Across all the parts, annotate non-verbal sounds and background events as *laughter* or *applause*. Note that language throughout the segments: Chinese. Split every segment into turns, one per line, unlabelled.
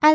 艾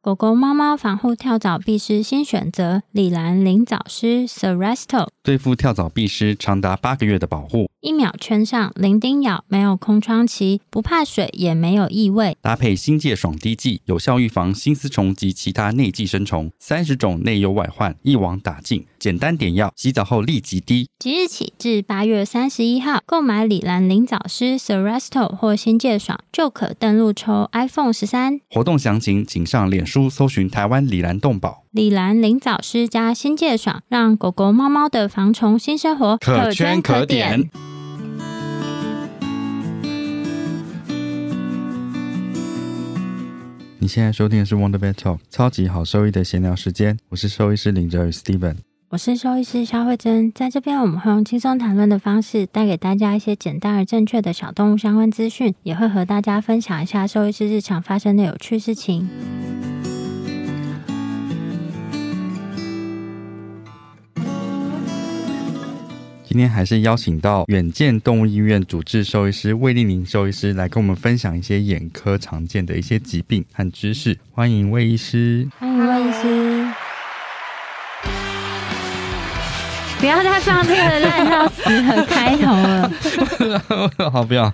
狗狗、猫猫防护跳蚤必是新选择，李兰灵藻师 Seresto
对付跳蚤必施长达八个月的保护，
一秒圈上，零叮咬，没有空窗期，不怕水，也没有异味。
搭配新界爽滴剂，有效预防新丝虫及其他内寄生虫，三十种内忧外患一网打尽。简单点药，洗澡后立即滴。
即日起至八月三十一号，购买李兰灵藻师 Seresto 或新界爽，就可登录抽 iPhone 十三。
活动详情请上脸书搜寻台湾李兰动保。
李兰灵藻师加新界爽，让狗狗、猫猫的防虫新生活
可圈可点。你现在收听的是 Wonder Vet Talk 超级好兽医的闲聊时间，我是兽医师林哲宇 Steven。
我是兽医师肖慧珍，在这边我们会用轻松谈论的方式，带给大家一些简单而正确的小动物相关资讯，也会和大家分享一下兽医师日常发生的有趣事情。
今天还是邀请到远见动物医院主治兽医师魏丽玲兽医师来跟我们分享一些眼科常见的一些疾病和知识。欢迎魏医师。 *laughs*
欢迎魏医师。不要再放这个烂到死的开头
*laughs*
了，
好，不要，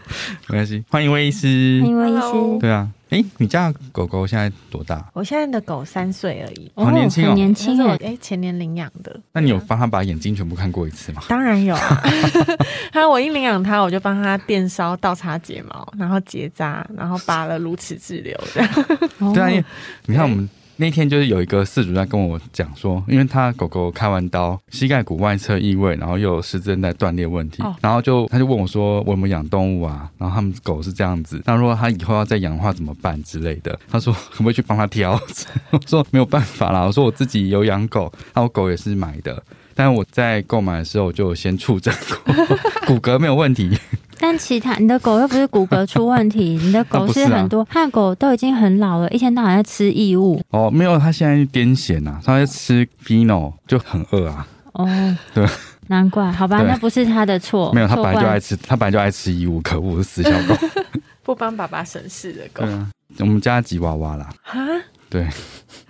没关系。欢迎魏医
欢
师。
迎魏医师
Hello。
对啊，诶，你家的狗狗现在多大？
我现在的狗三岁而已，
好年轻哦
很年
其
轻
是我
人。
哎前年领养的，
那你有帮它把眼睛全部看过一次吗？
当然有啊。他我一领养它，我就帮它电烧、倒插睫毛，然后结扎，然后拔了乳齿滞留这样。
对啊，
哦
因为你看我们那天就是有一个饲主在跟我讲说，因为他狗狗开完刀，膝盖骨外侧异位，然后又有十字韧带断裂问题，
哦
然后就他就问我说，我有没有养动物啊？然后他们狗是这样子，那如果他以后要再养的话怎么办之类的？他说可不可以去帮他挑？我说没有办法啦，我说我自己有养狗，那我狗也是买的。但我在购买的时候，我就有先触诊过，骨骼没有问题。
但其他你的狗又不是骨骼出问
*laughs*
题，你的狗
那不是
是
啊
很多，它的狗都已经很老了，一天到晚在吃异物
哦，没有，他现在癫痫呐、啊，他在吃 Pino 就很饿啊。
哦。
*laughs* 对，
难怪，好吧，
对
那不是它的错，
没有，他
错
本来就
怪
爱吃，他本来就爱吃衣物，可恶，我是死小
*laughs*
狗。
不帮爸爸省事的狗
对啊，我们家吉娃娃啦，
哈，
*laughs*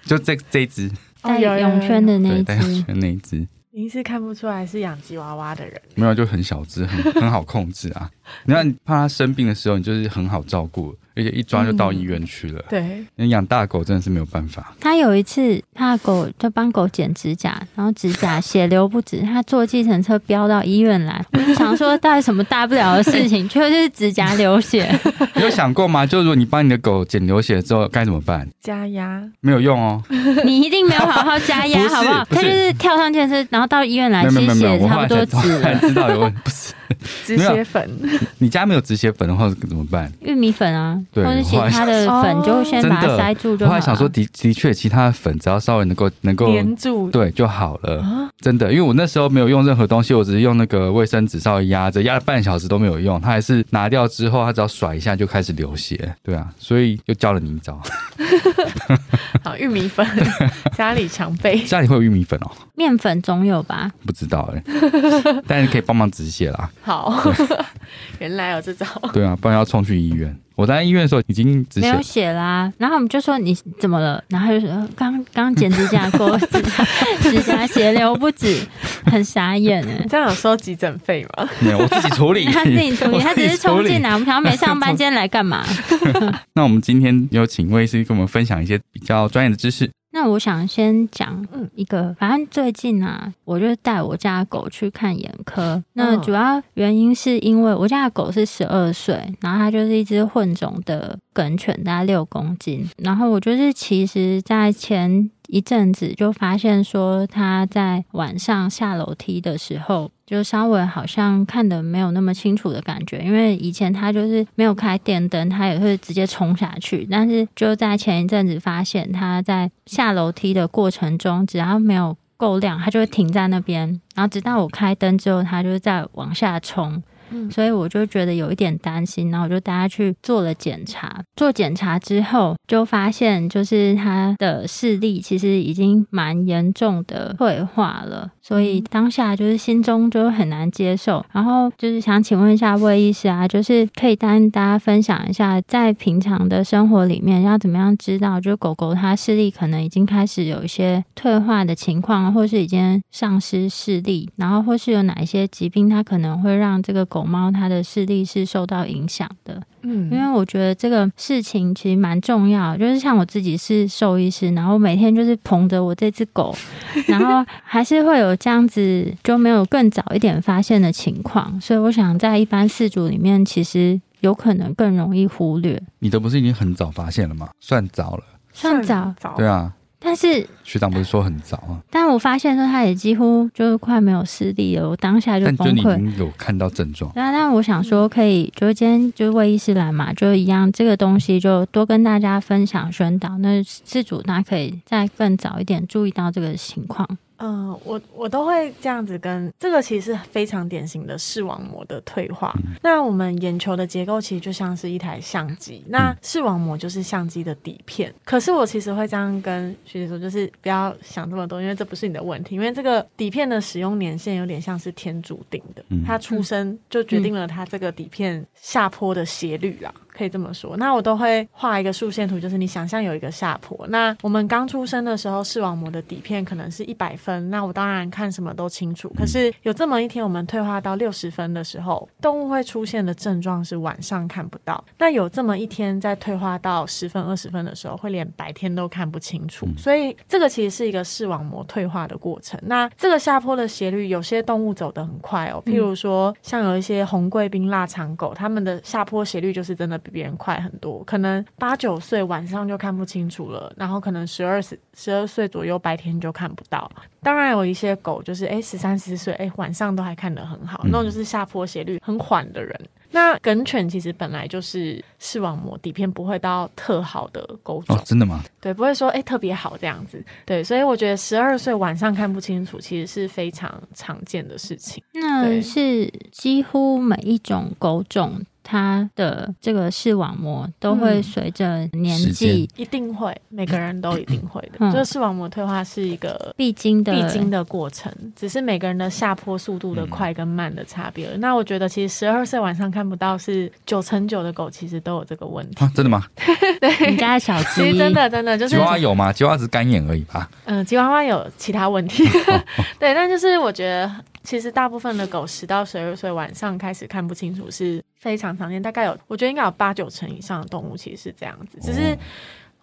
就这这一只，
哦
戴泳圈的那
对，
一
戴眼
只，
圈那一只，
您是看不出来是养吉娃娃的人，啊
没有就很小只，很很好控制
*laughs*
啊。你看，怕它生病的时候，你就是很好照顾，而且一抓就到医院去
嗯
了。
对，
你养大狗真的是没有办法， *laughs*
他有一次，他的狗就帮狗剪指甲，然后指甲血流不止，他坐计程车飙到医院来。 *laughs* 我就想说，到底什么大不了的事情， *laughs* 却就是指甲流血。 *laughs*
你有想过吗？就如果你帮你的狗剪流血之后该怎么办？
加压。
没有用哦，
你一定没有好好加压，
不是
好好？
不
他
是
就是跳上健身，然后到医院
没
来，
有没
其
有
实
没有，
血
我后
差
来
不多
*laughs* 才
止
知道后来
了。
知道有问，不是
止血粉，
你家没有止血粉的话怎么办？
玉米粉啊，或
对
者其他的
我后来
粉，就先把它
真的
塞住
我
就好
后
了。
来想说的的确，其他的粉只要稍微能够能够
粘住，
对就好了。
啊
真的，因为我那时候没有用任何东西，我只是用那个卫生纸稍微压着，压了半小时都没有用。它还是拿掉之后，它只要甩一下就开始流血。对啊，所以又教了你一招。 *laughs*
好玉米粉，家里常备。
家里会有玉米粉哦，
面粉总有吧？
不知道哎、 *laughs* 但是可以帮忙止血啦。
好， *laughs* 原来有这招，
对啊，不然要冲去医院。我在医院的时候已经止
没
血
有，血啦。然后我们就说你怎么了？然后他就说呃刚刚剪指甲，给我 *laughs* 指甲指甲血流不止，很傻眼哎、
你这样有收急诊费吗？
没有，我自己处理。
*laughs* 他自己处理，
*laughs* 我
他只是
处
冲
理
进来，我们想要没上班，今天来干嘛？
那我们今天有请魏医师跟我们分享一些比较专业的知识。
那我想先讲
嗯
一个，反正最近啊，我就带我家的狗去看眼科。那
嗯
主要原因是因为我家的狗是十二岁，然后它就是一只混种的梗犬，大概六公斤。然后我就是其实，在前一阵子就发现说，它在晚上下楼梯的时候。就稍微好像看的没有那么清楚的感觉，因为以前它就是没有开电灯，它也会直接冲下去。但是就在前一阵子发现，它在下楼梯的过程中，只要没有够亮，它就会停在那边，然后直到我开灯之后，它就再往下冲。
嗯
所以我就觉得有一点担心，然后我就带他去做了检查。做检查之后，就发现就是他的视力其实已经蛮严重的退化了，所以当下就是心中就很难接受。然后就是想请问一下魏医师啊，就是可以跟大家分享一下，在平常的生活里面要怎么样知道，就是狗狗它视力可能已经开始有一些退化的情况，或是已经丧失视力，然后或是有哪一些疾病，它可能会让这个狗猫它的视力是受到影响的。
嗯
因为我觉得这个事情其实蛮重要，就是像我自己是兽医师，然后每天就是捧着我这只狗，然后还是会有这样子就没有更早一点发现的情况，所以我想在一般饲主里面，其实有可能更容易忽略，
你的不是已经很早发现了吗？算早了，
算早，
早
对啊，
但是。
学长不是说很早啊，
但我发现说，它也几乎就是快没有视力了，我当下就
但就
崩
你已
溃。
经有看到症状，
那那我想说，可以就是今天就是魏医师来嘛，就一样这个东西就多跟大家分享宣导。那自主他可以再更早一点注意到这个情况。
嗯、我我都会这样子跟这个，其实是非常典型的视网膜的退化。那我们眼球的结构其实就像是一台相机，那视网膜就是相机的底片。可是我其实会这样跟学姐说，就是不要想这么多，因为这不是你的问题，因为这个底片的使用年限有点像是天注定的
嗯，
它出生就决定了它这个底片下坡的斜率啦。可以这么说，那我都会画一个竖线图，就是你想象有一个下坡。那我们刚出生的时候，视网膜的底片可能是一百分，那我当然看什么都清楚。可是有这么一天，我们退化到六十分的时候，动物会出现的症状是晚上看不到。那有这么一天，在退化到十分、二十分的时候，会连白天都看不清楚。所以这个其实是一个视网膜退化的过程。那这个下坡的斜率，有些动物走得很快哦，譬如说像有一些红贵宾腊肠狗，它们的下坡斜率就是真的比别人快很多，可能八九岁晚上就看不清楚了，然后可能十二十二岁左右白天就看不到。当然有一些狗就是哎十三十岁哎晚上都还看得很好，那种就是下坡斜率很缓的人。那梗犬其实本来就是视网膜底片不会到特好的狗种
哦，，真的吗？
对，不会说哎、诶特别好这样子，对，所以我觉得十二岁晚上看不清楚，其实是非常常见的事情。
那
对
是几乎每一种狗种，它的这个视网膜都会
嗯
随着年
时
纪
一定会，每个人都一定会的。
嗯
就是视网膜退化是一个
必经的
必经的过程，只是每个人的下坡速度的快跟慢的差别而已。那我觉得其实十二岁晚上看不到是九成九的狗其实都有这个问题。
啊，真的吗？
你家的
*laughs*
小
其实
鸡，
真的真的就是
吉娃娃有啊吗？吉娃娃只是干眼而已吧？ *laughs*
嗯，吉娃娃有其他问题， *laughs* 对，但就是我觉得，其实大部分的狗十到十二岁晚上开始看不清楚是非常常见，大概有我觉得应该有八九成以上的动物其实是这样子，只是
哦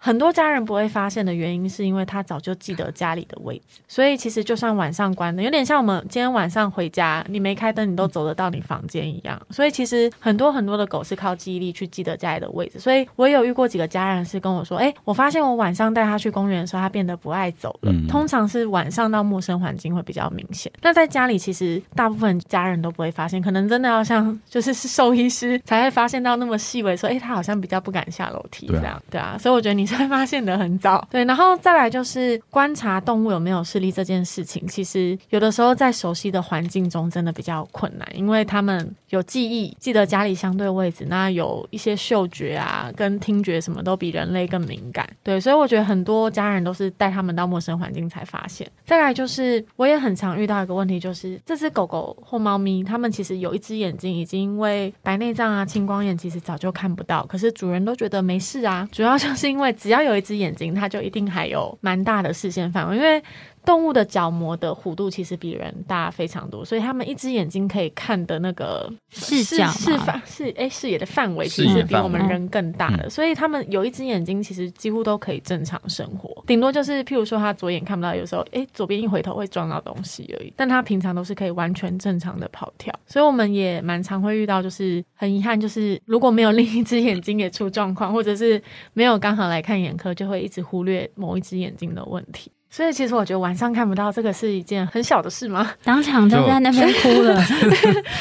很多家人不会发现的原因，是因为他早就记得家里的位置，所以其实就算晚上关灯，有点像我们今天晚上回家，你没开灯，你都走得到你房间一样。所以其实很多很多的狗是靠记忆力去记得家里的位置。所以我也有遇过几个家人是跟我说：“哎、我发现我晚上带它去公园的时候，它变得不爱走了。
嗯
通常是晚上到陌生环境会比较明显。那在家里，其实大部分家人都不会发现，可能真的要像就是是兽医师才会发现到那么细微，说：“哎、它好像比较不敢下楼梯。”
对啊
这样，对啊，所以我觉得你是会发现的很早，对，然后再来就是观察动物有没有视力这件事情，其实有的时候在熟悉的环境中真的比较困难，因为他们有记忆，记得家里相对位置，那有一些嗅觉啊跟听觉什么都比人类更敏感，对，所以我觉得很多家人都是带他们到陌生环境才发现。再来就是我也很常遇到一个问题，就是这只狗狗或猫咪，它们其实有一只眼睛已经因为白内障啊、青光眼，其实早就看不到，可是主人都觉得没事啊。主要就是因为只要有一只眼睛，它就一定还有蛮大的视线范围，因为动物的角膜的弧度其实比人大非常多，所以它们一只眼睛可以看的那个
视角嘛
视范视哎视野的范围其
视
实
野
比
范嗯
我们
围
人更大的，所以他们有一只眼睛其实几乎都可以正常生活，顶多就是譬如说他左眼看不到，有时候哎左边一回头会撞到东西而已，但他平常都是可以完全正常的跑跳，所以我们也蛮常会遇到，就是很遗憾，就是如果没有另一只眼睛也出状况，或者是没有刚好来看眼科，就会一直忽略某一只眼睛的问题。所以其实我觉得晚上看不到这个是一件很小的事吗？
当场就在那边哭
*laughs*
了，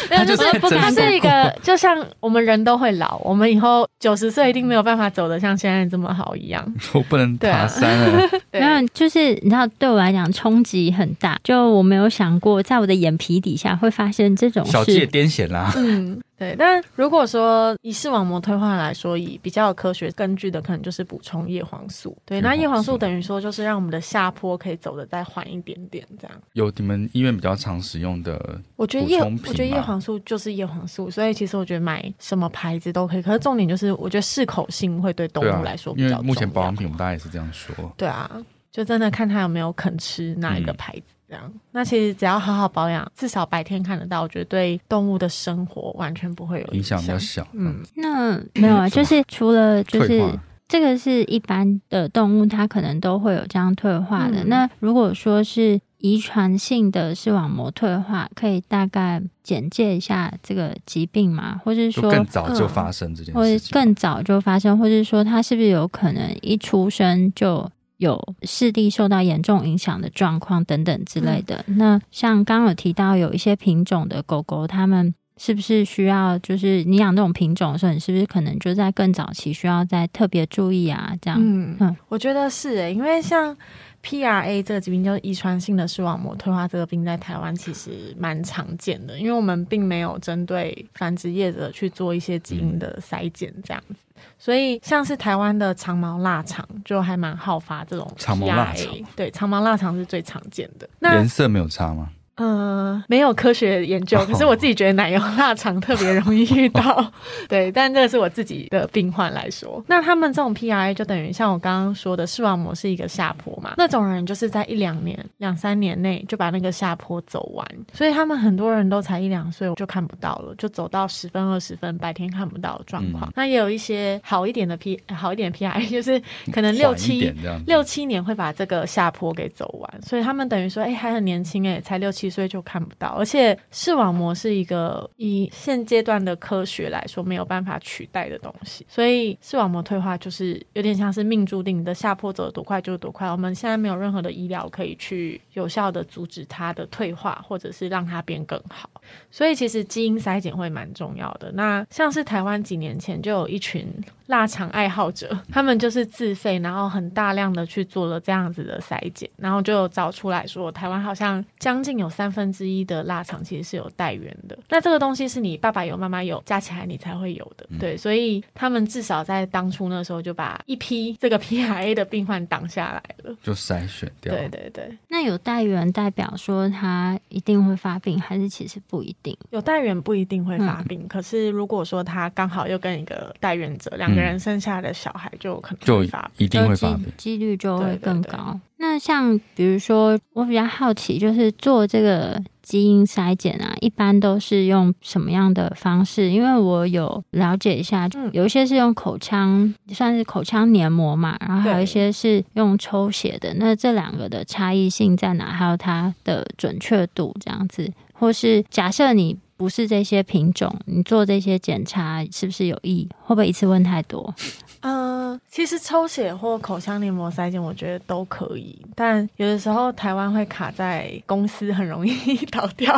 没有，就
就是
是
不
它
敢
是一个，就像我们人都会老，我们以后九十岁一定没有办法走得像现在这么好一样。
我不能
对啊
爬山了。 *laughs*
没有，就是你知道，对我来讲冲击很大，就我没有想过，在我的眼皮底下会发生这种
小
事
姐。癫痫啦，
嗯，对。但如果说以视网膜退化来说，以比较有科学根据的，可能就是补充叶黄素。对，那
叶黄素
叶黄素等于说就是让我们的下坡可以走得再缓一点点，这样。
有你们医院比较常使用的
我觉得
补
叶，
充品
我觉得
吧
叶黄素就是叶黄素，所以其实我觉得买什么牌子都可以。可是重点就是，我觉得适口性会对动
对啊
物来说比
因
较重
为
要。
目前保养品，我们大家也是这样说。
对啊，就真的看它有没有肯吃哪一个
嗯
牌子。这样，那其实只要好好保养，至少白天看得到，我觉得对动物的生活完全不会有
影响比较小，
嗯，
那没有啊，就是除了就是
嗯退化
这个是一般的动物，它可能都会有这样退化的。
嗯
那如果说是遗传性的视网膜退化，可以大概简介一下这个疾病吗？或是
就
说
更早
嗯
就发生这件
或
事
者
情，
更早就发生，或者说他是不是有可能一出生就有视力受到严重影响的状况等等之
嗯
类的。那像刚刚有提到有一些品种的狗狗，它们是不是需要就是你养这种品种的时候，你是不是可能就在更早期需要再特别注意啊？这样，
嗯
嗯
我觉得是诶、因为像 PRA 这个疾病，就是遗传性的视网膜退化这个病，在台湾其实蛮常见的，因为我们并没有针对繁殖业者去做一些基因的筛检这样子。所以，像是台湾的长毛腊肠，就还蛮好发这种 PRA,
长毛腊肠
对，长毛腊肠是最常见的。那
颜色没有差吗？
呃，没有科学研
哦
究，可是我自己觉得奶油腊肠特别容易遇
*laughs*
到，对，但这个是我自己的病患来说。那他们这种 PRA 就等于像我刚刚说的，视网膜是一个下坡嘛，那种人就是在一两年、两三年内就把那个下坡走完，所以他们很多人都才一两岁就看不到了，就走到十分、二十分，白天看不到的状
嗯
况。那也有一些好一点的 P 好一点的 PRA，就是可能嗯六
缓一
七
点这样子，
六七年会把这个下坡给走完，所以他们等于说，哎、还很年轻，哎，才六七岁就看不到，而且视网膜是一个以现阶段的科学来说没有办法取代的东西，所以视网膜退化就是有点像是命注定，你的下坡走得多快就是多快，我们现在没有任何的医疗可以去有效的阻止它的退化，或者是让它变更好。所以其实基因筛检会蛮重要的。那像是台湾几年前就有一群腊肠爱好者，他们就是自费，然后很大量的去做了这样子的筛检，然后就有找出来说，台湾好像将近有三分之一的腊肠其实是有带源的。那这个东西是你爸爸有、妈妈有，加起来你才会有的。对，所以他们至少在当初那时候就把一批这个 PIA 的病患挡下来了。
就筛选掉。
对对对。
那有带源代表说它一定会发病，还是其实不一定？
有带源不一定会
嗯
发病，可是如果说他刚好又跟一个带源者，两个人生下的小孩就有可能
嗯就
会发病。
一定会
就
发
几
病。
几率就会
对对
更
对
高。那像比如说，我比较好奇，就是做这个基因筛检啊，一般都是用什么样的方式？因为我有了解一下，
嗯
有一些是用口腔，算是口腔黏膜嘛，然后还有
对
一些是用抽血的。那这两个的差异性在哪？还有它的准确度这样子，或是假设你。不是这些品种，你做这些检查是不是有意？会不会一次问太多？
嗯、其实抽血或口腔黏膜筛检，我觉得都可以，但有的时候台湾会卡在公司很容易 *laughs* 倒掉，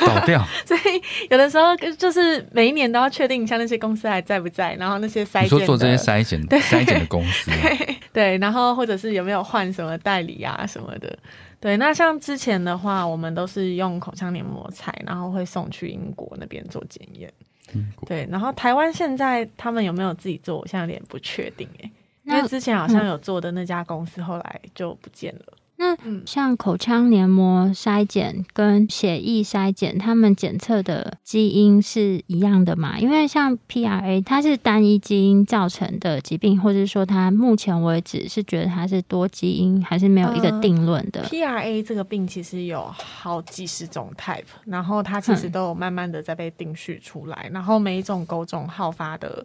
倒掉，
所以有的时候就是每一年都要确定一下那些公司还在不在，然后那些 *laughs* 筛
你说
检的
做这些筛检筛检的公司
*laughs*
啊，
对，然后或者是有没有换什么代理啊什么的。对，那像之前的话，我们都是用口腔黏膜采，然后会送去英国那边做检验。
国
对，然后台湾现在他们有没有自己做，我现在有点不确定哎、因
那
为之前好像有做的那家公司后来就不见了。
那
嗯
像口腔黏膜筛检跟血液筛检，他们检测的基因是一样的嘛？因为像 PRA，它是单一基因造成的疾病，或者说它目前为止是觉得它是多基因，还是没有一个
嗯
定论的？
PRA 这个病其实有好几十种 type，然后它其实
嗯
都有慢慢的在被定序出来，然后每一种狗种好发的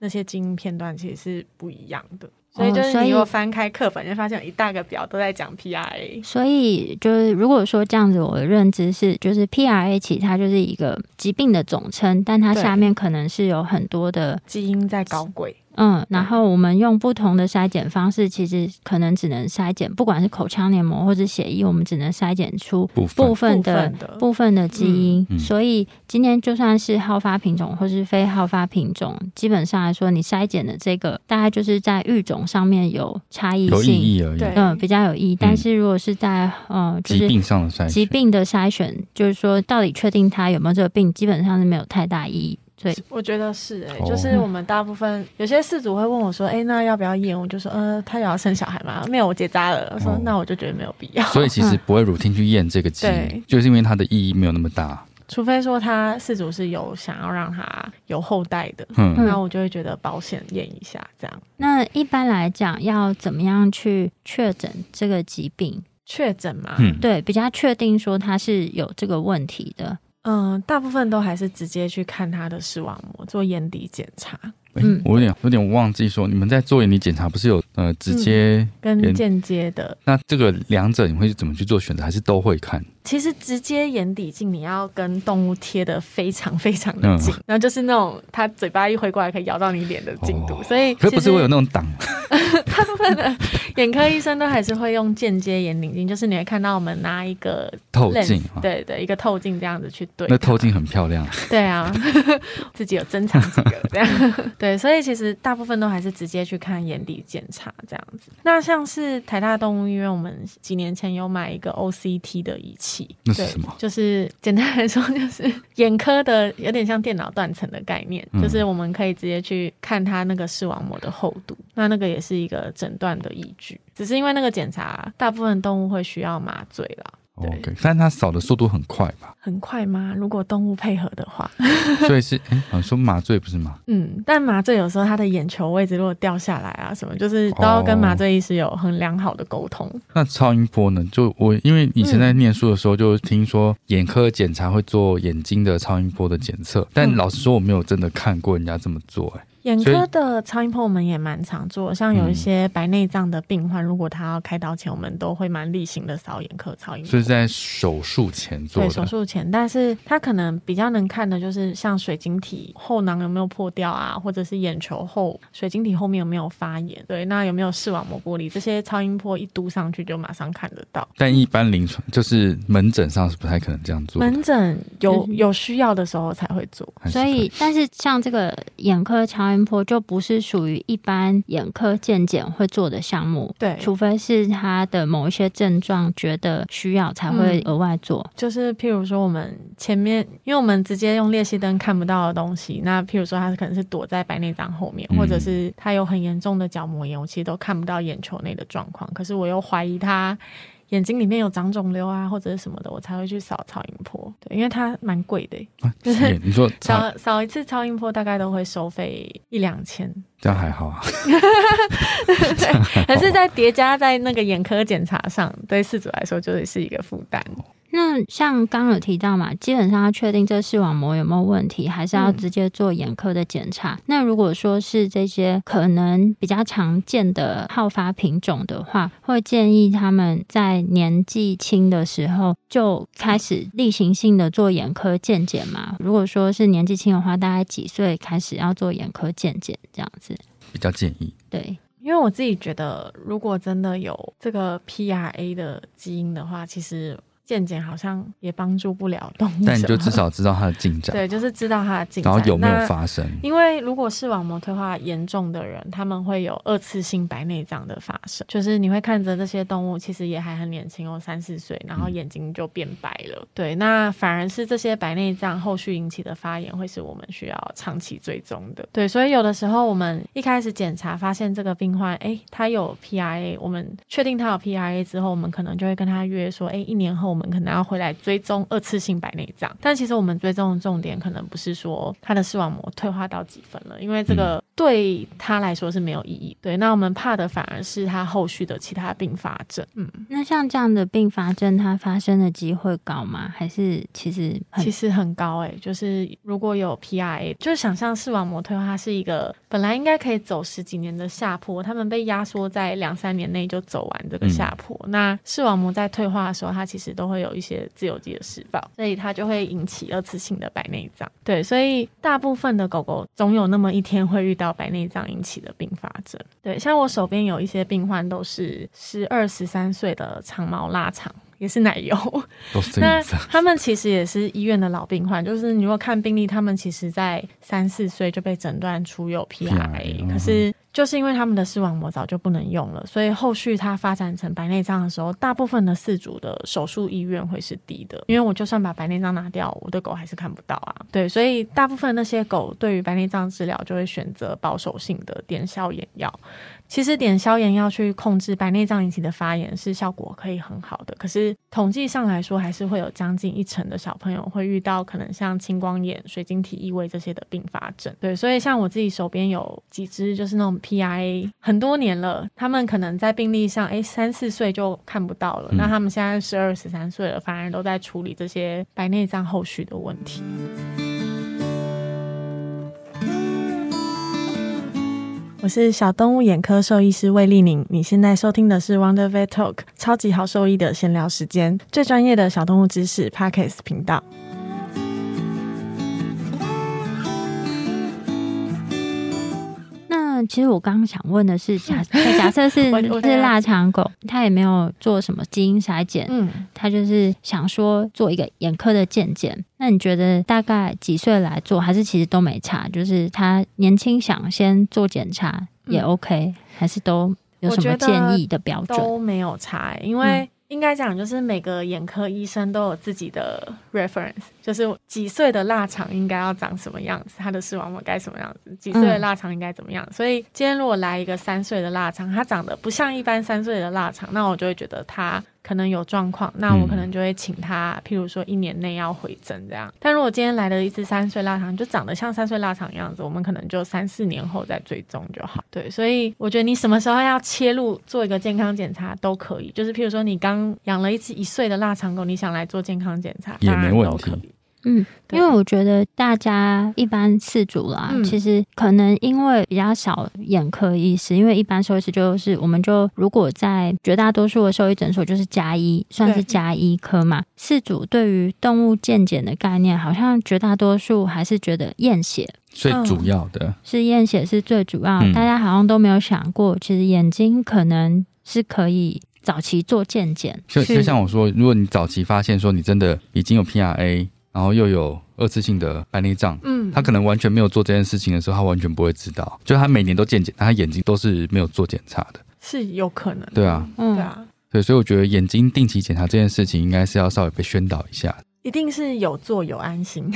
那些基因片段其实是不一样的。所以
哦
就是
所以
你如果翻开课本，就发现有一大个表都在讲 PRA。
所以就是，如果说这样子，我的认知是，就是 PRA 其实它就是一个疾病的总称，但它
对
下面可能是有很多的
基因在搞鬼，
嗯，然后我们用不同的筛检方式，其实可能只能筛检，不管是口腔黏膜或者血液，我们只能筛检出
部分
部分的
部分的
部分的基因。
嗯嗯
所以今天就算是好发品种或是非好发品种，基本上来说，你筛检的这个大概就是在育种上面有差异
有意
性，
义而已。
对
嗯，比较有意义。但是如果是在呃，就
疾
是
病上的筛
疾
选，
病的筛选，就是说到底确定它有没有这个病，基本上是没有太大意义。对，
我觉得是、欸，
哦
就是我们大部分有些事主会问我说，哎、那要不要验？我就说，嗯、他有要生小孩吗？没有，我结扎了。我说，
哦
那我就觉得没有必要，
所以其实不会 routine 去验这个基
对
因，就是因为它的意义没有那么大。
除非说他事主是有想要让他有后代的，
嗯，
那我就会觉得保险验一下这样。
那一般来讲，要怎么样去确诊这个疾病？
确诊嘛，
嗯
对，比较确定说它是有这个问题的。
嗯、大部分都还是直接去看他的视网膜做眼底检查，
诶
嗯
我有点有点忘记说，你们在做眼底检查不是有呃直接？
跟
眼
间接的。
那这个两者你会怎么去做选择？还是都会看？
其实直接眼底镜你要跟动物贴的非常非常
嗯
的近，然后就是那种它嘴巴一回过来可以咬到你脸的进度，
哦
所以
可是
其
不
实
是会有那种挡？
眼科医生都还是会用间接眼底镜，就是你会看到我们拿一个
透
lens，
镜啊，
对对，一个透镜这样子去对它，
那透镜很漂亮，
对啊， *laughs* 自己有珍藏几个这样。 *laughs* 对，所以其实大部分都还是直接去看眼底检查这样子。那像是台大动物医院，我们几年前有买一个 OCT 的仪器，
那
对，
是什么
就是简单来说，就是眼科的有点像电脑断层的概念，
嗯
就是我们可以直接去看它那个视网膜的厚度，那那个也是一个诊断的依据。只是因为那个检查，大部分动物会需要麻醉啦。对
哦 OK，但它扫的速度很快吧？
很快吗？如果动物配合的话，
所以是哎，好像说麻醉不是吗？
嗯，但麻醉有时候他的眼球位置如果掉下来啊，什么就是都要跟麻醉医师有很良好的沟通。
那超音波呢？就我因为以前在念书的时候，就听说眼科检查会做眼睛的超音波的检测，但
嗯
老实说，我没有真的看过人家这么做、哎，
眼
所以嗯
科的超音波我们也蛮常做，像有一些白内障的病患，如果他要开刀前，我们都会蛮例行的扫眼科超音
所
波
以。在手术前做
嗯对手
的。
术前，但是他可能比较能看的就是像水晶体后囊有没有破掉啊，或者是眼球后水晶体后面有没有发炎，对，那有没有视网膜剥离，这些超音波一嘟上去就马上看得到。
但一般临床就是门诊上是不太可能这样做的，
门诊有
嗯
有需要的时候才会做。
还是
所以，但是像这个眼科超音波就不是属于一般眼科健检会做的项目，
对，
除非是他的某一些症状觉得需要才会额外做。
就是譬如说我们前面，因为我们直接用裂隙灯看不到的东西，那譬如说它可能是躲在白内障后面，
嗯
或者是它有很严重的角膜炎，我其实都看不到眼球内的状况，可是我又怀疑它。眼睛里面有长肿瘤啊，或者是什么的，我才会去扫超音波。对，因为它蛮贵的欸，
可以啊眼你
*laughs*
说超，
扫扫一次超音波大概都会收费一两千，
这样还好啊，
可是再叠加在那个眼科检查上，对事主来说就是是一个负担。
那像刚有提到嘛，基本上要确定这视网膜有没有问题，还是要
嗯
直接做眼科的检查。那如果说是这些可能比较常见的好发品种的话，会建议他们在年纪轻的时候就开始例行性的做眼科健检嘛。如果说是年纪轻的话，大概几岁开始要做眼科健检这样子？
比较建议。
对，
因为我自己觉得，如果真的有这个 PRA 的基因的话，其实健检好像也帮助不了动物。
但你就至少知道它的进展，
对，就是知道它的进展，
然后有没有
那
发
*laughs*
生？
因为如果视网膜退化严重的人，他们会有二次性白内障的发生，就是你会看着这些动物其实也还很年轻哦，三四岁，然后
嗯
眼睛就变白了。对，那反而是这些白内障后续引起的发炎，会是我们需要长期追踪的。对，所以有的时候我们一开始检查发现这个病患，哎，他有 PRA，我们确定他有 PRA 之后，我们可能就会跟他约说，哎，一年后我们可能要回来追踪二次性白内障。但其实我们追踪的重点可能不是说他的视网膜退化到几分了，因为这个对他来说是没有意义。对，那我们怕的反而是他后续的其他并发症。嗯，
那像这样的并发症，它发生的机会高吗？还是其实很
其实很高哎、就是如果有 PRA，就是想象视网膜退化，它是一个本来应该可以走十几年的下坡，他们被压缩在两三年内就走完这个下坡。那视网膜在退化的时候，它其实都会有一些自由基的释放，所以它就会引起二次性的白内障。对，所以大部分的狗狗总有那么一天会遇到。到白内障引起的并发症。对，像我手边有一些病患都是十二、十三岁的长毛腊肠，也是奶油。
都是这
那
样子。
他们其实也是医院的老病患，就是你如果看病历，他们其实在三四岁就被诊断出有
PRA
PRA，可是就是因为他们的视网膜早就不能用了，所以后续它发展成白内障的时候，大部分的饲主的手术意愿会是低的，因为我就算把白内障拿掉，我的狗还是看不到啊。对，所以大部分那些狗对于白内障治疗就会选择保守性的点消炎药。其实点消炎药去控制白内障引起的发炎是效果可以很好的，可是统计上来说，还是会有将近一成的小朋友会遇到可能像青光眼、水晶体异位这些的并发症。对，所以像我自己手边有几只就是那种 PIA 很多年了，他们可能在病历上，哎，三四岁就看不到了，那他们现在十二、十三岁了，反而都在处理这些白内障后续的问题。我是小动物眼科兽医师魏丽宁，你现在收听的是 Wonder Vet Talk 超级好兽医的闲聊时间，最专业的小动物知识 Podcast 频道。
那其实我刚刚想问的
*laughs*
是，假假设是
我我
是腊肠狗，它也没有做什么基因筛检，
嗯，
它就是想说做一个眼科的健检。那你觉得大概几岁来做，还是其实都没差？就是他年轻想先做检查也
嗯
OK，、还是都有什么
我觉得
建议的标准？
都没有差欸、因为应该讲就是每个眼科医生都有自己的 reference，就是几岁的腊肠应该要长什么样子，它的视网膜该什么样子，几岁的腊肠应该怎么样。所以今天如果来一个三岁的腊肠，它长得不像一般三岁的腊肠，那我就会觉得它。可能有状况，那
嗯
我可能就会请他，譬如说一年内要回诊这样。但如果今天来了一只三岁腊肠，就长得像三岁腊肠样子，我们可能就三四年后再追踪就好。对，所以我觉得你什么时候要切入做一个健康检查都可以，就是譬如说你刚养了一只一岁的腊肠狗，你想来做健康检查
也
当然
没问
都可
题
以
嗯，
对
因为我觉得大家一般饲主啦，
嗯
其实可能因为比较少眼科医师，因为一般兽医师就是，我们就如果在绝大多数的兽医诊所就是加医，算是加医科嘛。饲主对于动物健检的概念，好像绝大多数还是觉得验血
最
嗯
主要的，
是验血是最主要，
嗯
大家好像都没有想过，其实眼睛可能是可以早期做健检。
就是就像我说，如果你早期发现说你真的已经有 PRA，然后又有二次性的白内障。
嗯，
他可能完全没有做这件事情的时候，他完全不会知道。就他每年都健检，但他眼睛都是没有做检查的。
是有可能的。
对啊，
嗯
对啊，
对，所以我觉得眼睛定期检查这件事情，应该是要稍微被宣导一下。
一定是有做有安
*laughs*
心。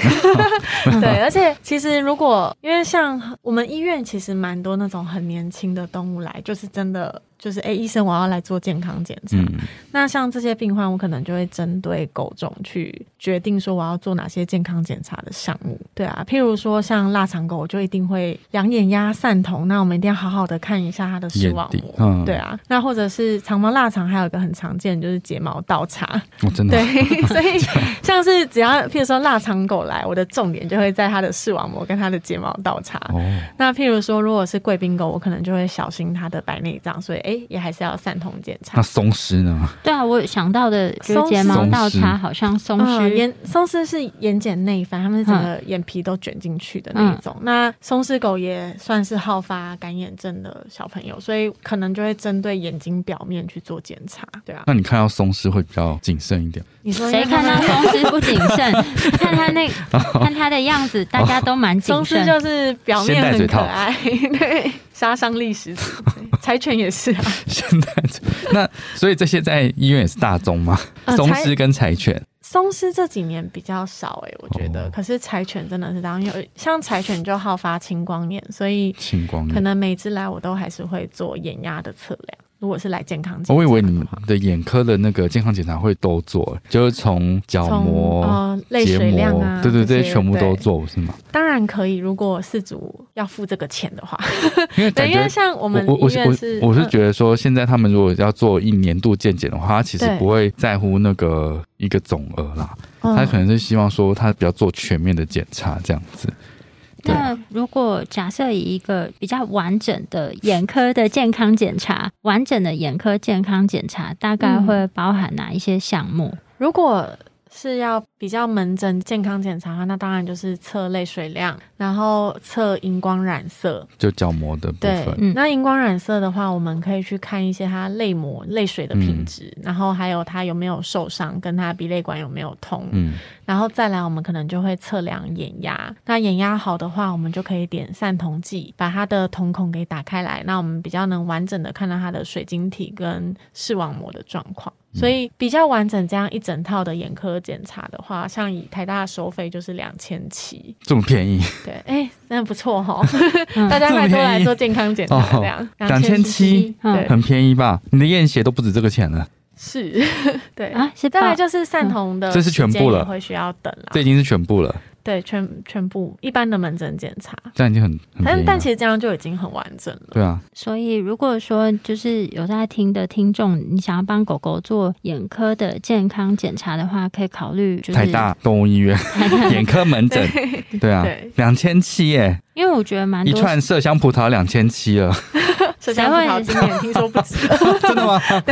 对，而且其实如果因为像我们医院其实蛮多那种很年轻的动物来，就是真的就是哎、诶医生我要来做健康检查。
嗯，
那像这些病患，我可能就会针对狗种去决定说我要做哪些健康检查的项目。对啊，譬如说像腊肠狗，我就一定会两眼压散瞳，那我们一定要好好的看一下它的视
眼
网
底
膜。
嗯
对啊，那或者是长毛腊肠，还有一个很常见的就是睫毛倒插。
我真的 *laughs*
对，所以像是只要譬如说腊肠狗来，我的重点就会在它的视网膜跟它的睫毛倒插。
哦，
那譬如说，如果是贵宾狗，我可能就会小心它的白内障，所以哎、诶也还是要散瞳检查
那。松狮呢？
对啊，我想到的就是睫毛
松狮
倒插，好像松
嗯，
狮
眼松狮是眼睑内翻，它们是整个眼皮都卷进去的那一
嗯
种。那松狮狗也算是好发干眼症的小朋友，所以可能就会针对眼睛表面去做检查，对啊。
那你看到松狮会比较谨慎一点。 *laughs*
你说
*laughs* 谁看
它
他松狮不谨
*laughs*
慎？看他那看他的样子，大家都蛮谨
哦松狮
慎。
就是表
先戴
面
嘴
很可
套
爱， *laughs* 对，杀伤力十足，对 *laughs* 柴犬也是啊，
现在那所以这些在医院也是大宗吗？
呃
松
柴
狮跟柴犬，
松狮这几年比较少哎、我觉得，
哦
可是柴犬真的是当然有，像柴犬就好发青光眼，所以
青光眼
可。能每次来我都还是会做眼压的测量。如果是来健康检查的话，
哦我以为你们的眼科的那个健康检查会都做，就是从角
从
膜、
呃泪
结
水
膜，
量啊，
对对对，
这些
全部都。做是
*laughs*
吗？
对当然可以，如果事主要付这个钱的话，
因为感
对，因
觉
为像我
我
们
我我
医
是
院是，
我我是
嗯
觉得说，现在他们如果要做一年度健检的话，他其实
对
不会在乎那个一个总额啦，
嗯
他可能是希望说他比较做全面的检查这样子。对
那如果假设以一个比较完整的眼科的健康检查，完整的眼科健康检查大概会包含哪一些项目？
如果是要比较门诊健康检查的话，那当然就是测泪水量，然后测荧光染色。
就角膜的部
对，
分，
嗯
那荧光染色的话，我们可以去看一些它泪膜、泪水的品质，
嗯
然后还有它有没有受伤，跟它鼻泪管有没有通。
嗯，
然后再来，我们可能就会测量眼压。那眼压好的话，我们就可以点散瞳剂，把它的瞳孔给打开来。那我们比较能完整的看到它的水晶体跟视网膜的状况。
嗯
所以比较完整这样一整套的眼科检查的话，像以台大的收费就是两千七，
这么便宜， *laughs*
对，哎、那不错哈，
嗯
*laughs* 大家
这么
快多
便
来
宜
做健康检查，这样
哦2700
嗯
对，
很便宜吧？你的验血都不止这个钱了，
是， *laughs* 对。
啊，是
再
吧
来？就是散瞳的
嗯这是全部了
时间也会需要等啦
这。已经是全部了，
对，全全部一般的门诊检查，
这样已经很很便宜
但
了。
但其实这样就已经很完整 *laughs* 了。
对啊，
所以，如果说就是有在听的听众，你想要帮狗狗做眼科的健康检查的话，可以考虑就是
台大动物医院眼科门诊，对啊
对，
两千七耶，
因为我觉得蛮
一
多
串麝香葡萄两千七了， *laughs*
麝香葡萄今年听说不 *laughs* 止了，
真的吗？哦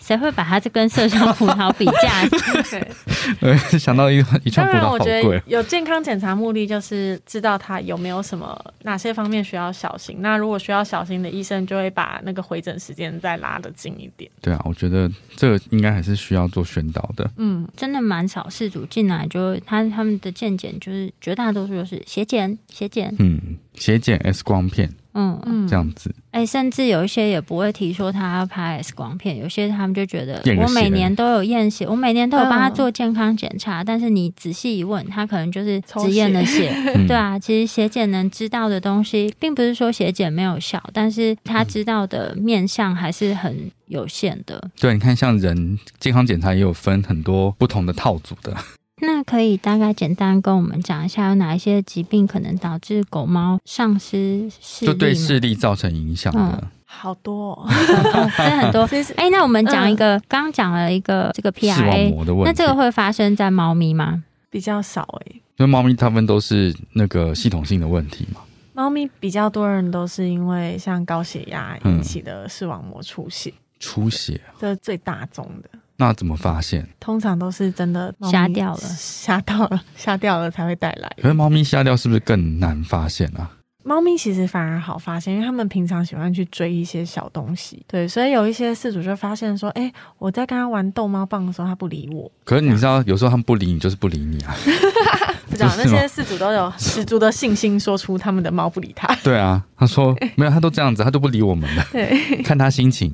谁会把它这跟麝香 *laughs* 葡萄比价？
对
*laughs* 我哎想到一一串葡
当
萄
然，
好
我觉得
贵，
有健康检查目的就是知道它有没有什么哪些方面需要小心。那如果需要小心的，医生就会把那个回诊时间再拉得近一点。
对啊，我觉得这个应该还是需要做宣导的，
嗯，
真的蛮少事主进来就他他们的健检就是绝大多数都是血检血检，
嗯，血检 X 光片
嗯嗯，
嗯
这样子，
哎、甚至有一些也不会提说他要拍 X 光片，有些他们就觉得
验个
我
血
每年都有验血，我每年都有帮他
嗯
做健康检查，但是你仔细一问，他可能就是
抽
只验
血
了血，
*laughs* 嗯
对，啊，其实血检能知道的东西，并不是说血检没有效，但是
嗯
他知道的面向还是很有限的。
对，你看像人健康检查也有分很多不同的套组的，
那可以大概简单跟我们讲一下，有哪一些疾病可能导致狗猫丧失视
就
力
对
吗？
视力造成影响的，
好多、
哦
哦。 *laughs*
*laughs* 真的很多。
其实嗯
哎、那我们讲一个，刚刚讲了一个这个
视网
PRA，
膜的问题。
那这个会发生在猫咪吗？
比较少哎、
因为猫咪它们都是那个系统性的问题嘛，
猫咪比较多人都是因为像高血压引起的视网膜出血，
出血
这是最大宗的。
那怎么发现？
通常都是真的猫咪
瞎掉了
*laughs* 瞎到了，瞎掉了才会带来。
可是猫咪瞎掉是不是更难发现啊？
猫咪其实反而好发现，因为它们平常喜欢去追一些小东西，对，所以有一些饲主就发现说，哎、我在跟它玩逗猫棒的时候，它不理
*laughs*
我，
可是你知道，有时候它们不理你就是不理你
*laughs*
啊。
不知道
不
那
是吗
些饲主都有十足的信心说出他们的猫不理它。
对啊，他说没有，他都这样子，他都不理我们了。
*laughs* 对，
看他心情。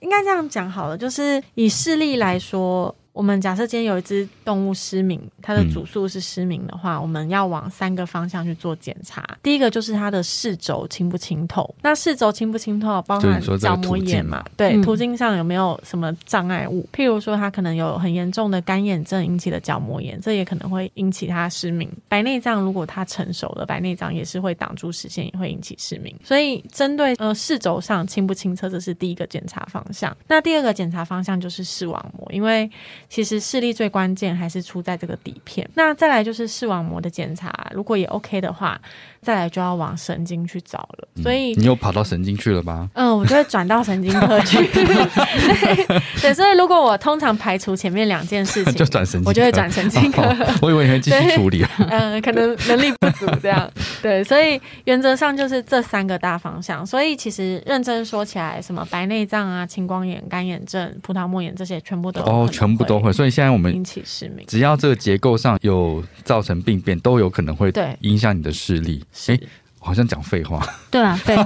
应该这样讲好了，就是以视力来说。我们假设今天有一只动物失明，它的
嗯
主诉是失明的话，我们要往三个方向去做检查。第一个就是它的视轴清不清透，那视轴清不清透包
就是
含
你说这个
角膜
途径
炎
嘛
嘛，对，
嗯
途径上有没有什么障碍物？譬如说，它可能有很严重的干眼症引起的角膜炎，这也可能会引起它失明。白内障如果它成熟了，白内障也是会挡住视线，也会引起失明。所以，针对呃视轴上清不清澈，这是第一个检查方向。那第二个检查方向就是视网膜，因为其实视力最关键还是出在这个底片。那再来就是视网膜的检查，如果也 OK 的话，再来就要往神经去找了。
嗯
所以
你又跑到神经去了吧？
嗯，我就会转到神经科去。 *laughs* 对对，所以如果我通常排除前面两件事
*laughs*
情，
就转神经科
我就会转神经
*laughs*
科。
哦我以为你会继续处理。
*laughs* 嗯，可能能力不足这样。对，所以原则上就是这三个大方向。所以其实认真说起来，什么白内障啊、青光眼、干眼症、葡萄膜炎这些，全部都有
*laughs*
可
哦，
能
全部都会。所以现在我
会
们
引起失明。
只要这个结构上有造成病变，都有可能会
对
影响你的视力。
是
哎，好像讲废话。
对 *laughs* 啊，对，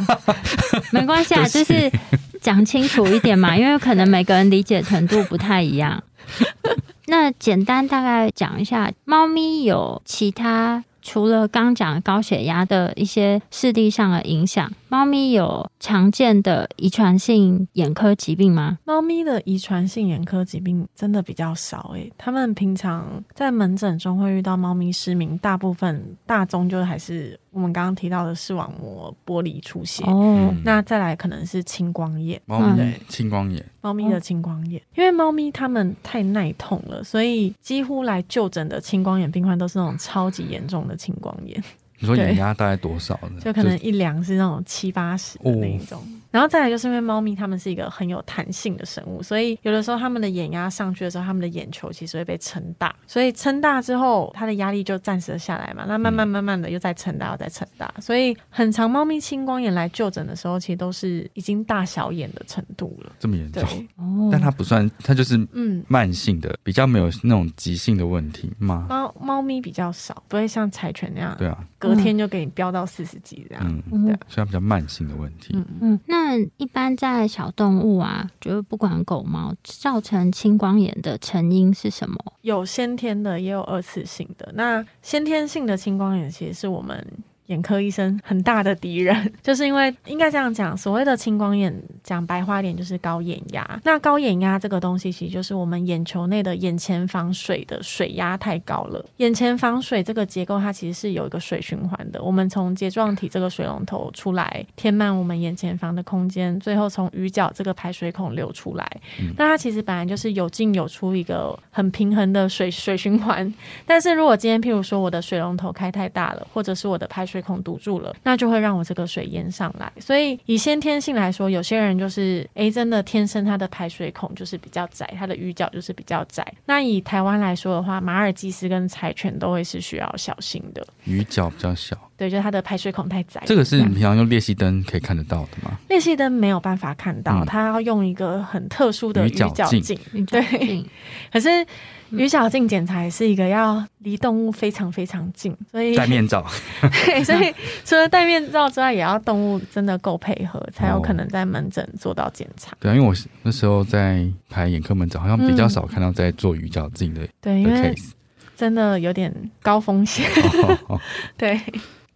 没关系啊，就
对不起
是讲清楚一点 *laughs* 嘛，因为可能每个人理解程度不太一样。 *laughs* 那简单大概讲一下，猫咪有其他除了刚讲高血压的一些视力上的影响，猫咪有常见的遗传性眼科疾病吗？
猫咪的遗传性眼科疾病真的比较少诶、它们平常在门诊中会遇到猫咪失明，大部分大宗就还是我们刚刚提到的视网膜剥离出血。
哦，
嗯
那再来可能是青光眼，
猫咪
嗯
青光眼，
猫咪的青光眼，因为猫咪它们太耐痛了，所以几乎来就诊的青光眼病患都是那种超级严重的青光眼。
你说
对
眼压大概多少呢？
就可能一量是那种七八十的那一种。然后再来就是因为猫咪它们是一个很有弹性的生物，所以有的时候它们的眼压上去的时候，它们的眼球其实会被撑大，所以撑大之后，它的压力就暂时的下来嘛，那慢慢慢慢的又再撑大，又再撑大，所以很长猫咪青光眼来就诊的时候，其实都是已经大小眼的程度了。
这么严重，
对，
哦，
嗯但它不算，它就是
嗯，
慢性的，比较没有那种急性的问题吗？
猫猫咪比较少，不会像柴犬那样，
对啊，
隔天就给你飙到四十几这样。
嗯，
嗯
对
所以它比较慢性的问题。
嗯
嗯，那一般在小动物啊，就是不管狗猫，造成青光眼的成因是什么？
有先天的，也有二次性的。那先天性的青光眼其实是我们。眼科医生很大的敌人， *laughs* 就是因为应该这样讲，所谓的青光眼，讲白话一点就是高眼压。那高眼压这个东西，其实就是我们眼球内的眼前防水的水压太高了。眼前防水这个结构，它其实是有一个水循环的。我们从睫状体这个水龙头出来，填满我们眼前房的空间，最后从鱼角这个排水孔流出来。那它其实本来就是有进有出一个很平衡的水水循环。但是如果今天譬如说我的水龙头开太大了，或者是我的排水孔堵住了，那就会让我这个水淹上来。所以以先天性来说，有些人就是诶，真的天生他的排水孔就是比较窄，他的鱼角就是比较窄。那以台湾来说的话，马尔济斯跟柴犬都会是需要小心的。
鱼角比较小，
对，就是它的排水孔太窄。
这个是你平常用裂隙灯可以看得到的吗？
裂隙灯没有办法看到，
嗯
它要用一个很特殊的
鱼
鱼
角
角
镜
镜，
与角
对
镜
可是鱼角镜检查也是一个要离动物非常非常近，所以
戴面
嗯
罩，
对， *laughs* 所以除了戴面罩之外，也要动物真的够配合，才有可能在门诊做到检查。
对啊，因为我那时候在排眼科门诊，好像比较少看到在做鱼角镜的
对，
的
因为
case。
真的有点高风险。
哦哦哦
对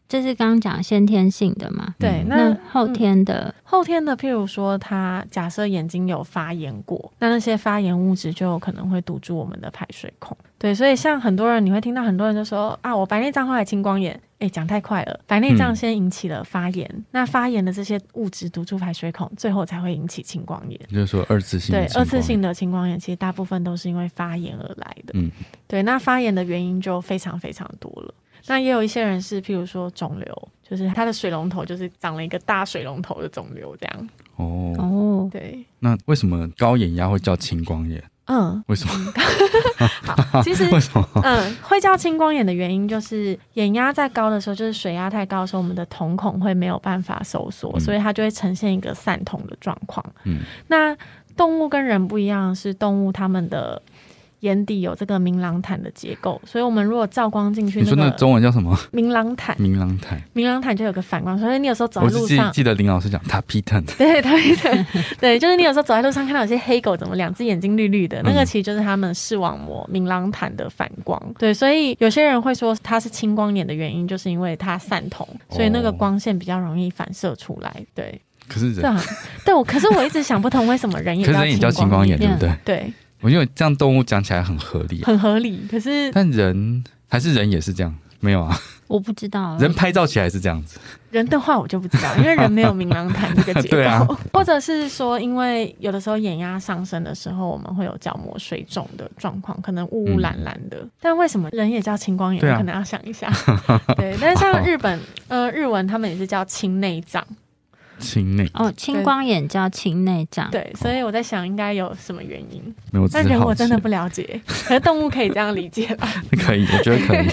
这是刚刚讲先天性的嘛？
对，
那
那
后天的，
后天的，譬如说，它假设眼睛有发炎过，那那些发炎物质就有可能会堵住我们的排水孔。对，所以像很多人，你会听到很多人就说啊，我白内障后来青光眼。哎，讲太快了，白内障
嗯
先引起了发炎，那发炎的这些物质堵住排水孔，最后才会引起青光眼。
就是说二次性的
对，
情况
二次性的青光眼其实大部分都是因为发炎而来的。
嗯，
对，那发炎的原因就非常非常多了。那也有一些人是，譬如说肿瘤，就是他的水龙头就是长了一个大水龙头的肿瘤这样。
哦。
哦，
对，
那为什么高眼压会叫青光眼？
嗯，
为什么？
*laughs* 好，其实
*laughs* 为
*laughs*
什么？
嗯，会叫青光眼的原因就是眼压在高的时候，就是水压太高的时候，我们的瞳孔会没有办法收缩，
嗯
所以它就会呈现一个散瞳的状况。
嗯，
那动物跟人不一样的是，动物它们的眼底有这个明朗毯的结构，所以我们如果照光进去，
你说那
个
个中文叫什么？ *laughs*
明朗毯，
明朗台。
明朗毯就有个反光，所以你有时候走
我
在
只
路
记
上，
记得林老师讲他 P t
*laughs* 对，对对对，就是你有时候走在路上看到有些黑狗，怎么两只眼睛绿绿的，那个
嗯
其实就是它们视网膜明朗毯的反光。对，所以有些人会说它是青光眼的原因，就是因为它散瞳，所以那个
哦
光线比较容易反射出来。对，
可是
这
人，
样。对，我可是我一直想不通为什么人也
可是人也叫青光眼，对不对？
对，
我因为这样动物讲起来很合理啊，
很合理。可是
但人还是人也是这样，没有啊？
我不知道，
人拍照起来是这样子，
人的话我就不知道，因为人没有明朗弹这个
*laughs*
结
对
构，
啊
或者是说，因为有的时候眼压上升的时候，我们会有角膜水肿的状况，可能雾雾蓝蓝的。但为什么人也叫青光眼？
嗯对啊
可能要想一下。 *laughs* 对，但是像日本，呃，日文他们也是叫青内
*laughs*
障，
亲内
哦，青光眼叫青内障，
对，所以我在想应该有什么原因，
没有，只
但
是
人
好
我真的
奇
不了解，可是动物可以这样理解吧？ *laughs*
*laughs* 可以，我觉得可以，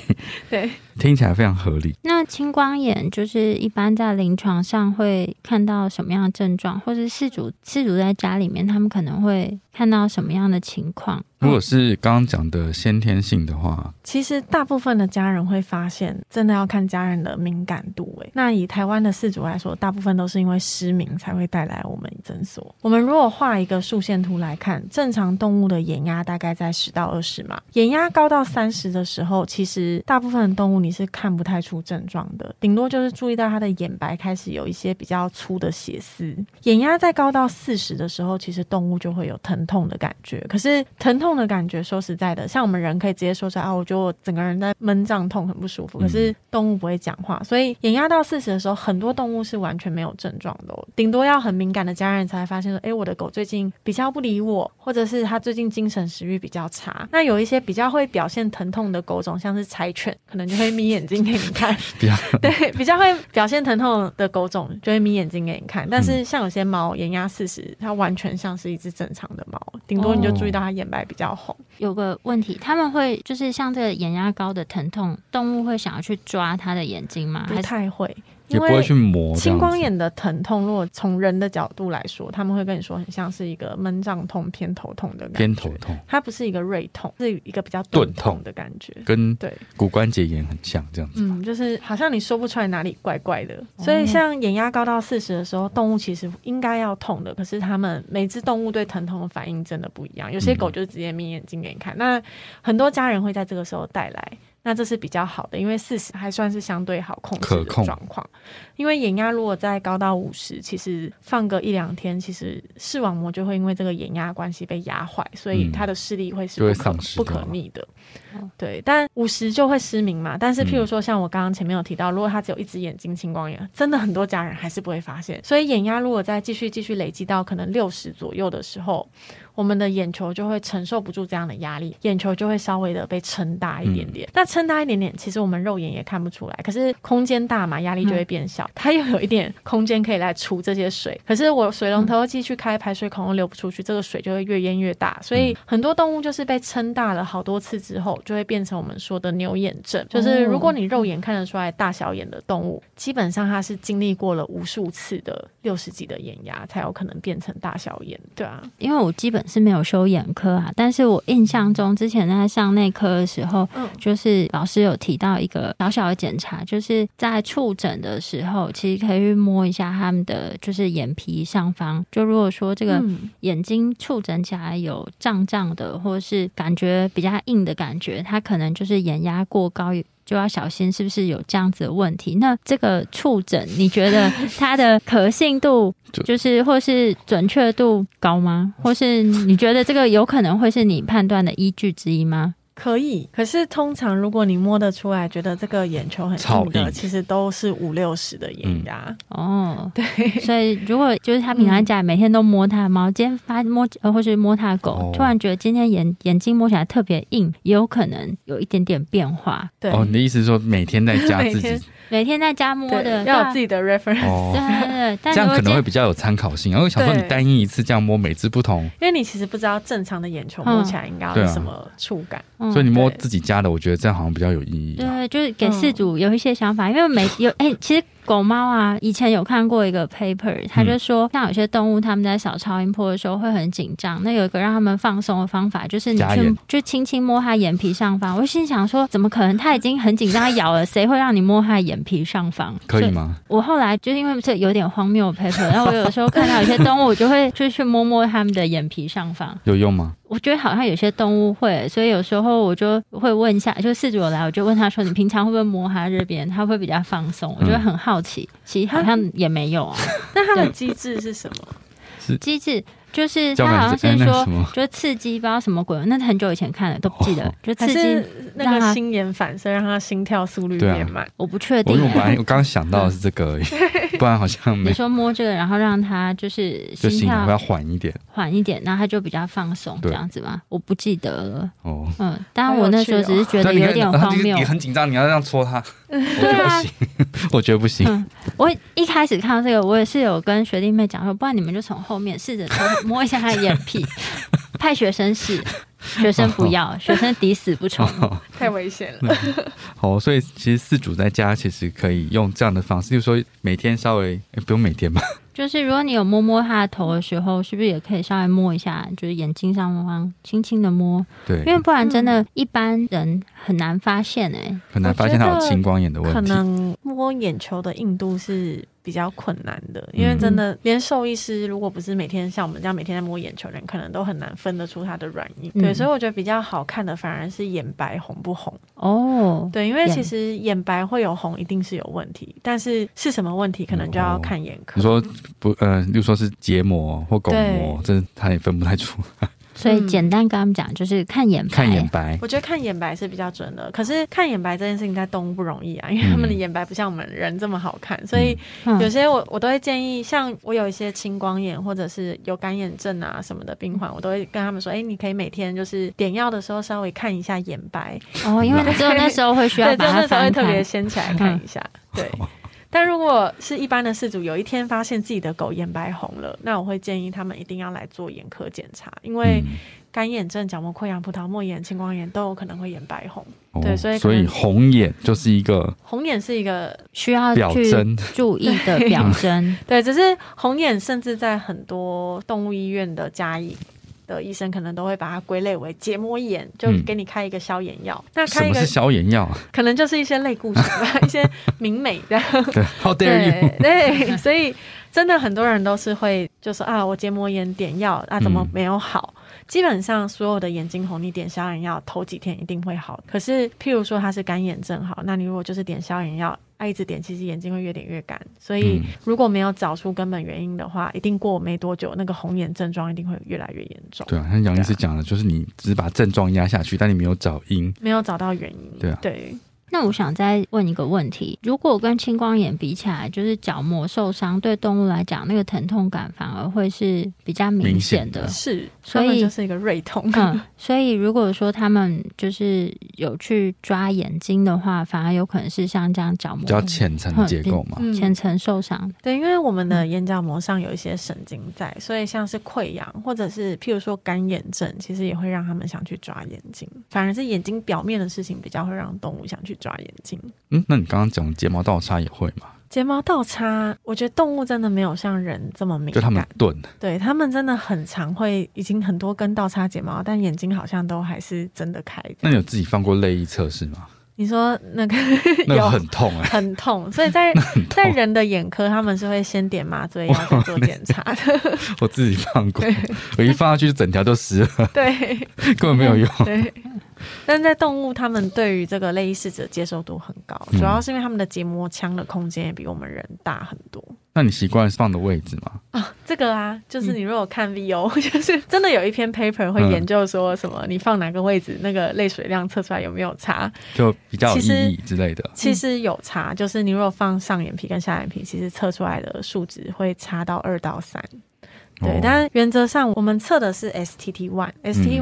对，
听起来非常合理。
那青光眼就是一般在临床上会看到什么样的症状，或是事主事主在家里面，他们可能会看到什么样的情况？
嗯
哦
如果是刚刚讲的先天性的话，
其实大部分的家人会发现，真的要看家人的敏感度。哎，那以台湾的事主来说，大部分都是因为失明才会带来我们诊所。我们如果画一个竖线图来看，正常动物的眼压大概在十到二十嘛，眼压高到三十的时候，其实大部分的动物你是看不太出症状的，顶多就是注意到它的眼白开始有一些比较粗的血丝。眼压再高到四十的时候，其实动物就会有疼痛的感觉。可是疼痛的感觉，说实在的，像我们人可以直接说出来啊，我觉得我整个人在闷胀痛，很不舒服。可是动物不会讲话，所以眼压到四十的时候，很多动物是完全没有症状的、哦，顶多要很敏感的家人才会发现说，诶，我的狗最近比较不理我，或者是它最近精神食欲比较差。那有一些比较会表现疼痛的狗种，像是柴犬。犬，可能就会眯眼睛给你
*laughs*
看，
比较
*laughs* 对，比较会表现疼痛的狗种就会眯眼睛给你看。但是像有些猫眼压四十，它完全像是一只正常的猫，顶多你
哦
就注意到它眼白比较红。
有个问题，他们会就是像这个眼压高的疼痛，动物会想要去抓它的眼睛吗？
不
还是
太会，
啊也
因
不会
为
去磨哦这样
青
子
光眼的疼痛，如果从人的角度来说，他们会跟你说很像是一个闷胀痛、偏头痛的感觉。
偏头，痛，
它不是一个锐痛，是一个比较
钝
钝
痛
痛的感觉。
跟
对，
骨关节炎很像这样子。
嗯，就是好像你说不出来哪里怪怪的。所以像眼压高到四十的时候，动物其实应该要痛的，可是它们每只动物对疼痛的反应真的不一样。有些
嗯
狗就直接眯眼睛给你看，那很多家人会在这个时候带来。那这是比较好的，因为四十还算是相对好控
可
制的
控
状况。因为眼压如果再高到五十，其实放个一两天，其实视网膜就会因为这个眼压关系被压坏，所以
嗯
它的视力会是
就会
不可
丧失
不
掉
可
了
逆的
哦。
对，但五十就会失明嘛。但是譬如说像我刚刚前面有提到，如果他只有一只眼睛青光眼，真的很多家人还是不会发现。所以眼压如果再继续继续累积到可能六十左右的时候，我们的眼球就会承受不住这样的压力，眼球就会稍微的被撑大一点
嗯
点。那撑大一点点，其实我们肉眼也看不出来，可是空间大嘛，压力就会变小，它又有一点空间可以来除这些
嗯
水。可是我水龙头继续开，排水孔又流不出去，这个水就会越淹越大。所
嗯
以很多动物就是被撑大了好多次之后，就会变成我们说的牛眼
哦
症，就是如果你肉眼看得出来大小眼的动物，基本上它是经历过了无数次的六十级的眼压，才有可能变成大小眼。对啊，
因为我基本是没有修眼科啊，但是我印象中之前在上内科的时候，
嗯
就是老师有提到一个小小的检查，就是在触诊的时候，其实可以去摸一下他们的就是眼皮上方，就如果说这个
嗯
眼睛触诊起来有胀胀的，或是感觉比较硬的感觉，它可能就是眼压过高。就要小心，是不是有这样子的问题？那这个触诊，你觉得它的可信度，
就
就是或是准确度高吗？或是你觉得这个有可能会是你判断的依据之一吗？
可以，可是通常如果你摸得出来，觉得这个眼球很
超
硬的，
硬嗯
其实都是五六十的眼压。
哦，
对，
所以如果就是他平常家里每天都摸他的猫，今天发摸呃或是摸他的狗，
哦
突然觉得今天眼眼睛摸起来特别硬，也有可能有一点点变化。
对，
哦，你的意思是说每天在
*laughs*
家
每
自
天
己
每天在家摸
对
的，
要
对啊
有自己的 reference，、
对
哦，
对对，但
这样
如果
可能会
今
比较有参考性。然后我想说，
对
你单一一次这样摸，每只不同，
因为你其实不知道正常的眼球摸起来应该要
对
有
啊
什么触感。
嗯
所以你摸
对嗯
自己家的，我觉得这样好像比较有意义
对
啊。
对，就是给事主有一些想法，因为每有哎、其实狗猫啊，以前有看过一个
嗯
paper，他就说，像有些动物它们在扫超音波的时候会很紧张，那有一个让它们放松的方法，就是你
加
去
盐
就轻轻摸它眼皮上方。我心想说，怎么可能？它已经很紧张，它咬
*laughs*
了，谁会让你摸它眼皮上方？
可以
所？
吗？
我后来就因为这有点荒谬的 paper，然后我有时候看到有些动物，我就会就去摸摸它们的眼皮上方。
有用吗？
我觉得好像有些动物会，所以有时候我就会问一下，就事主有来，我就问他说：“你平常会不会摸他这边？他会比较放松。”我就会很好奇，其实好像也没有啊。
那它的机制是什么？
机制就是
交
他
感
好像
神哎
是
那
说
什，么
就刺激，不知道什么鬼，那很久以前看的都不记得
哦，
就
还
刺激，
是那个心眼反射让它心跳速率
对啊
变慢？
我不确
我
定
因为我本来
*laughs* 欸。
我刚刚想到的是这个而已，不然好像
你
没
说摸这个，然后让他就是
就
心
心跳
跳
要缓一点
缓一点，然后他就比较放松，这
对
样子吗？我不记得了，
哦。
嗯，当然
好有
我那时候
趣
只
哦
是觉得
但你
有
看
点
他
荒
就是
谬
你。很紧张，你要这样
*laughs*
戳他，我觉得不行， *laughs* 我觉得不行。
嗯，我一开始看到这个，我也是有跟学弟妹讲说，不然你们就从后面试着抽摸一下他的眼 *laughs* 皮，派学生试，学生不要，学生抵死不 *laughs* 从。
*laughs*
太危险了。
好，哦所以其实四主在家其实可以用这样的方式，就是说每天稍微，诶不用每天吧， *laughs*
就是如果你有摸摸他的头的时候，是不是也可以稍微摸一下，就是眼睛上方轻轻的摸，
对，
因为不然真的，一般人很难发现哎、
很难发现他有青光眼的
可
问题。
能摸眼球的硬度是比较困难的，因为真的连兽医师如果不是每天像我们这样每天在摸眼球的人，可能都很难分得出它的软硬。
嗯
对，所以我觉得比较好看的反而是眼白红不红。
哦，
对，因为
眼
其实眼白会有红，一定是有问题，但是是什么问题，可能就要看眼科。
*laughs*
你说不，呃，例如说是结膜或巩膜，这他也分不太出。
所以简单跟他们讲，就是看眼
看眼
白。
白，
我觉得看眼白是比较准的，可是看眼白这件事情在动物不容易啊，因为他们的眼白不像我们人这么好看，所以有
嗯，
些我我都会建议，像我有一些青光眼或者是有干眼症啊什么的病患，我都会跟他们说，哎、你可以每天就是点药的时候稍微看一下眼白，
哦，因为只有那时候会需要
对，
把它
那时候会
翻
特别
开。嗯
掀起来看一下，对。但如果是一般的饲主，有一天发现自己的狗眼白红了，那我会建议他们一定要来做眼科检查，因为
嗯
干眼症、角膜溃疡、葡萄膜炎、青光眼都有可能会眼白红。
哦
对所以可
所以
能
红眼就是一个
红眼是一个
需要
表
去
征
注意 *laughs* 的表征。
对，只是红眼甚至在很多动物医院的家医的医生可能都会把它归类为结膜炎，就
嗯
给你开一个消炎药。那
什
开一
么
个
是消炎药啊？
可能就是一些类固醇吧，一些明美
*laughs*
的。
对，How dare you？
对对，所以真的很多人都是会就说啊，我结膜炎点药啊，怎么
嗯
没有好？基本上所有的眼睛红，你点消炎药头几天一定会好。可是譬如说它是干眼症好，那你如果就是点消炎药。啊，一直点，其实眼睛会越点越干，所以
嗯
如果没有找出根本原因的话，一定过没多久，那个红眼症状一定会越来越严重。
对啊，像杨医师讲的，就是你只是把症状压下去，但你没有找因。
没有找到原因。
对啊
对，
那我想再问一个问题：如果跟青光眼比起来，就是角膜受伤对动物来讲，那个疼痛感反而会是比较明显的
明显的。
是，
所以
他们就是一个锐痛。
嗯，所以如果说他们就是有去抓眼睛的话，反而有可能是像这样角膜
比较浅层的结构嘛，
嗯
浅层受伤。
*laughs* 对，因为我们的眼角膜上有一些神经在，所以像是溃疡或者是譬如说干眼症，其实也会让他们想去抓眼睛。反而是眼睛表面的事情比较会让动物想去抓眼睛。
嗯，那你刚刚讲睫毛倒插也会嘛？
睫毛倒插，我觉得动物真的没有像人这么敏
就他们
感，
钝，
对他们真的很常会已经很多根倒插睫毛，但眼睛好像都还是真的开
那
着。
你有自己放过泪液测试吗？
你说那个
*laughs* 那
有
个很痛哎、
很痛，所以
*laughs*
在在人的眼科，他们是会先点麻醉药再做检查的。
我自己放过， *laughs* 我一放下去就整条都湿了，*laughs*
*laughs* 对，
根本没有用。 *laughs*
对，但在动物，它们对于这个类异试者接受度很高，
嗯
主要是因为它们的结膜腔的空间也比我们人大很多。
那你习惯放的位置吗？
这个啊，就是
嗯
你如果看 VO，、就是 *laughs* 真的有一篇 paper 会研究说什么，你放哪个位置，那个泪水量测出来有没有差？
就比较有
其实
意义之类的。
其实有差，就是你如果放上眼皮跟下眼皮，其实测出来的数值会差到二到三。对
哦，
但原则上我们测的是 STT one，STT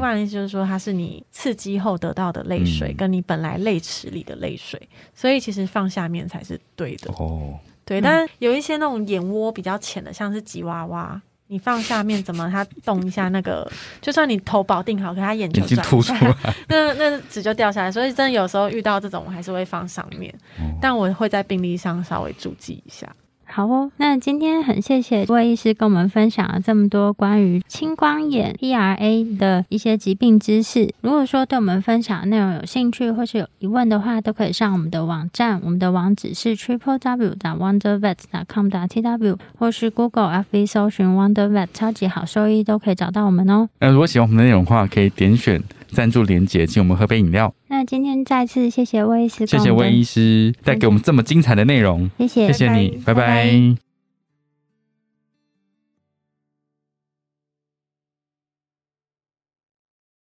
嗯
one 意思就是说它是你刺激后得到的泪水，
嗯
跟你本来泪池里的泪水，所以其实放下面才是对的。
哦，
对，但有一些那种眼窝比较浅的，像是吉娃娃。你放下面怎么？它动一下那个，就算你头保定好，可它眼球
眼睛
转
凸出
*laughs*
来，
那那纸就掉下来，所以真的有时候遇到这种，我还是会放上面，
哦
但我会在病历上稍微注记一下。
好哦，那今天很谢谢魏医师跟我们分享了这么多关于青光眼 PRA 的一些疾病知识。如果说对我们分享的内容有兴趣或是有疑问的话，都可以上我们的网站，我们的网址是 triple w wonder vet com t w 或是 Google FB 搜寻 Wonder Vet 超级好兽医都可以找到我们哦。
那如果喜欢我们的内容的话，可以点选赞助连结，请我们喝杯饮料。
那今天再次谢谢魏医师，
谢谢魏医，师带给我们这么精彩的内容，
谢谢
谢谢你，
拜
拜
拜
拜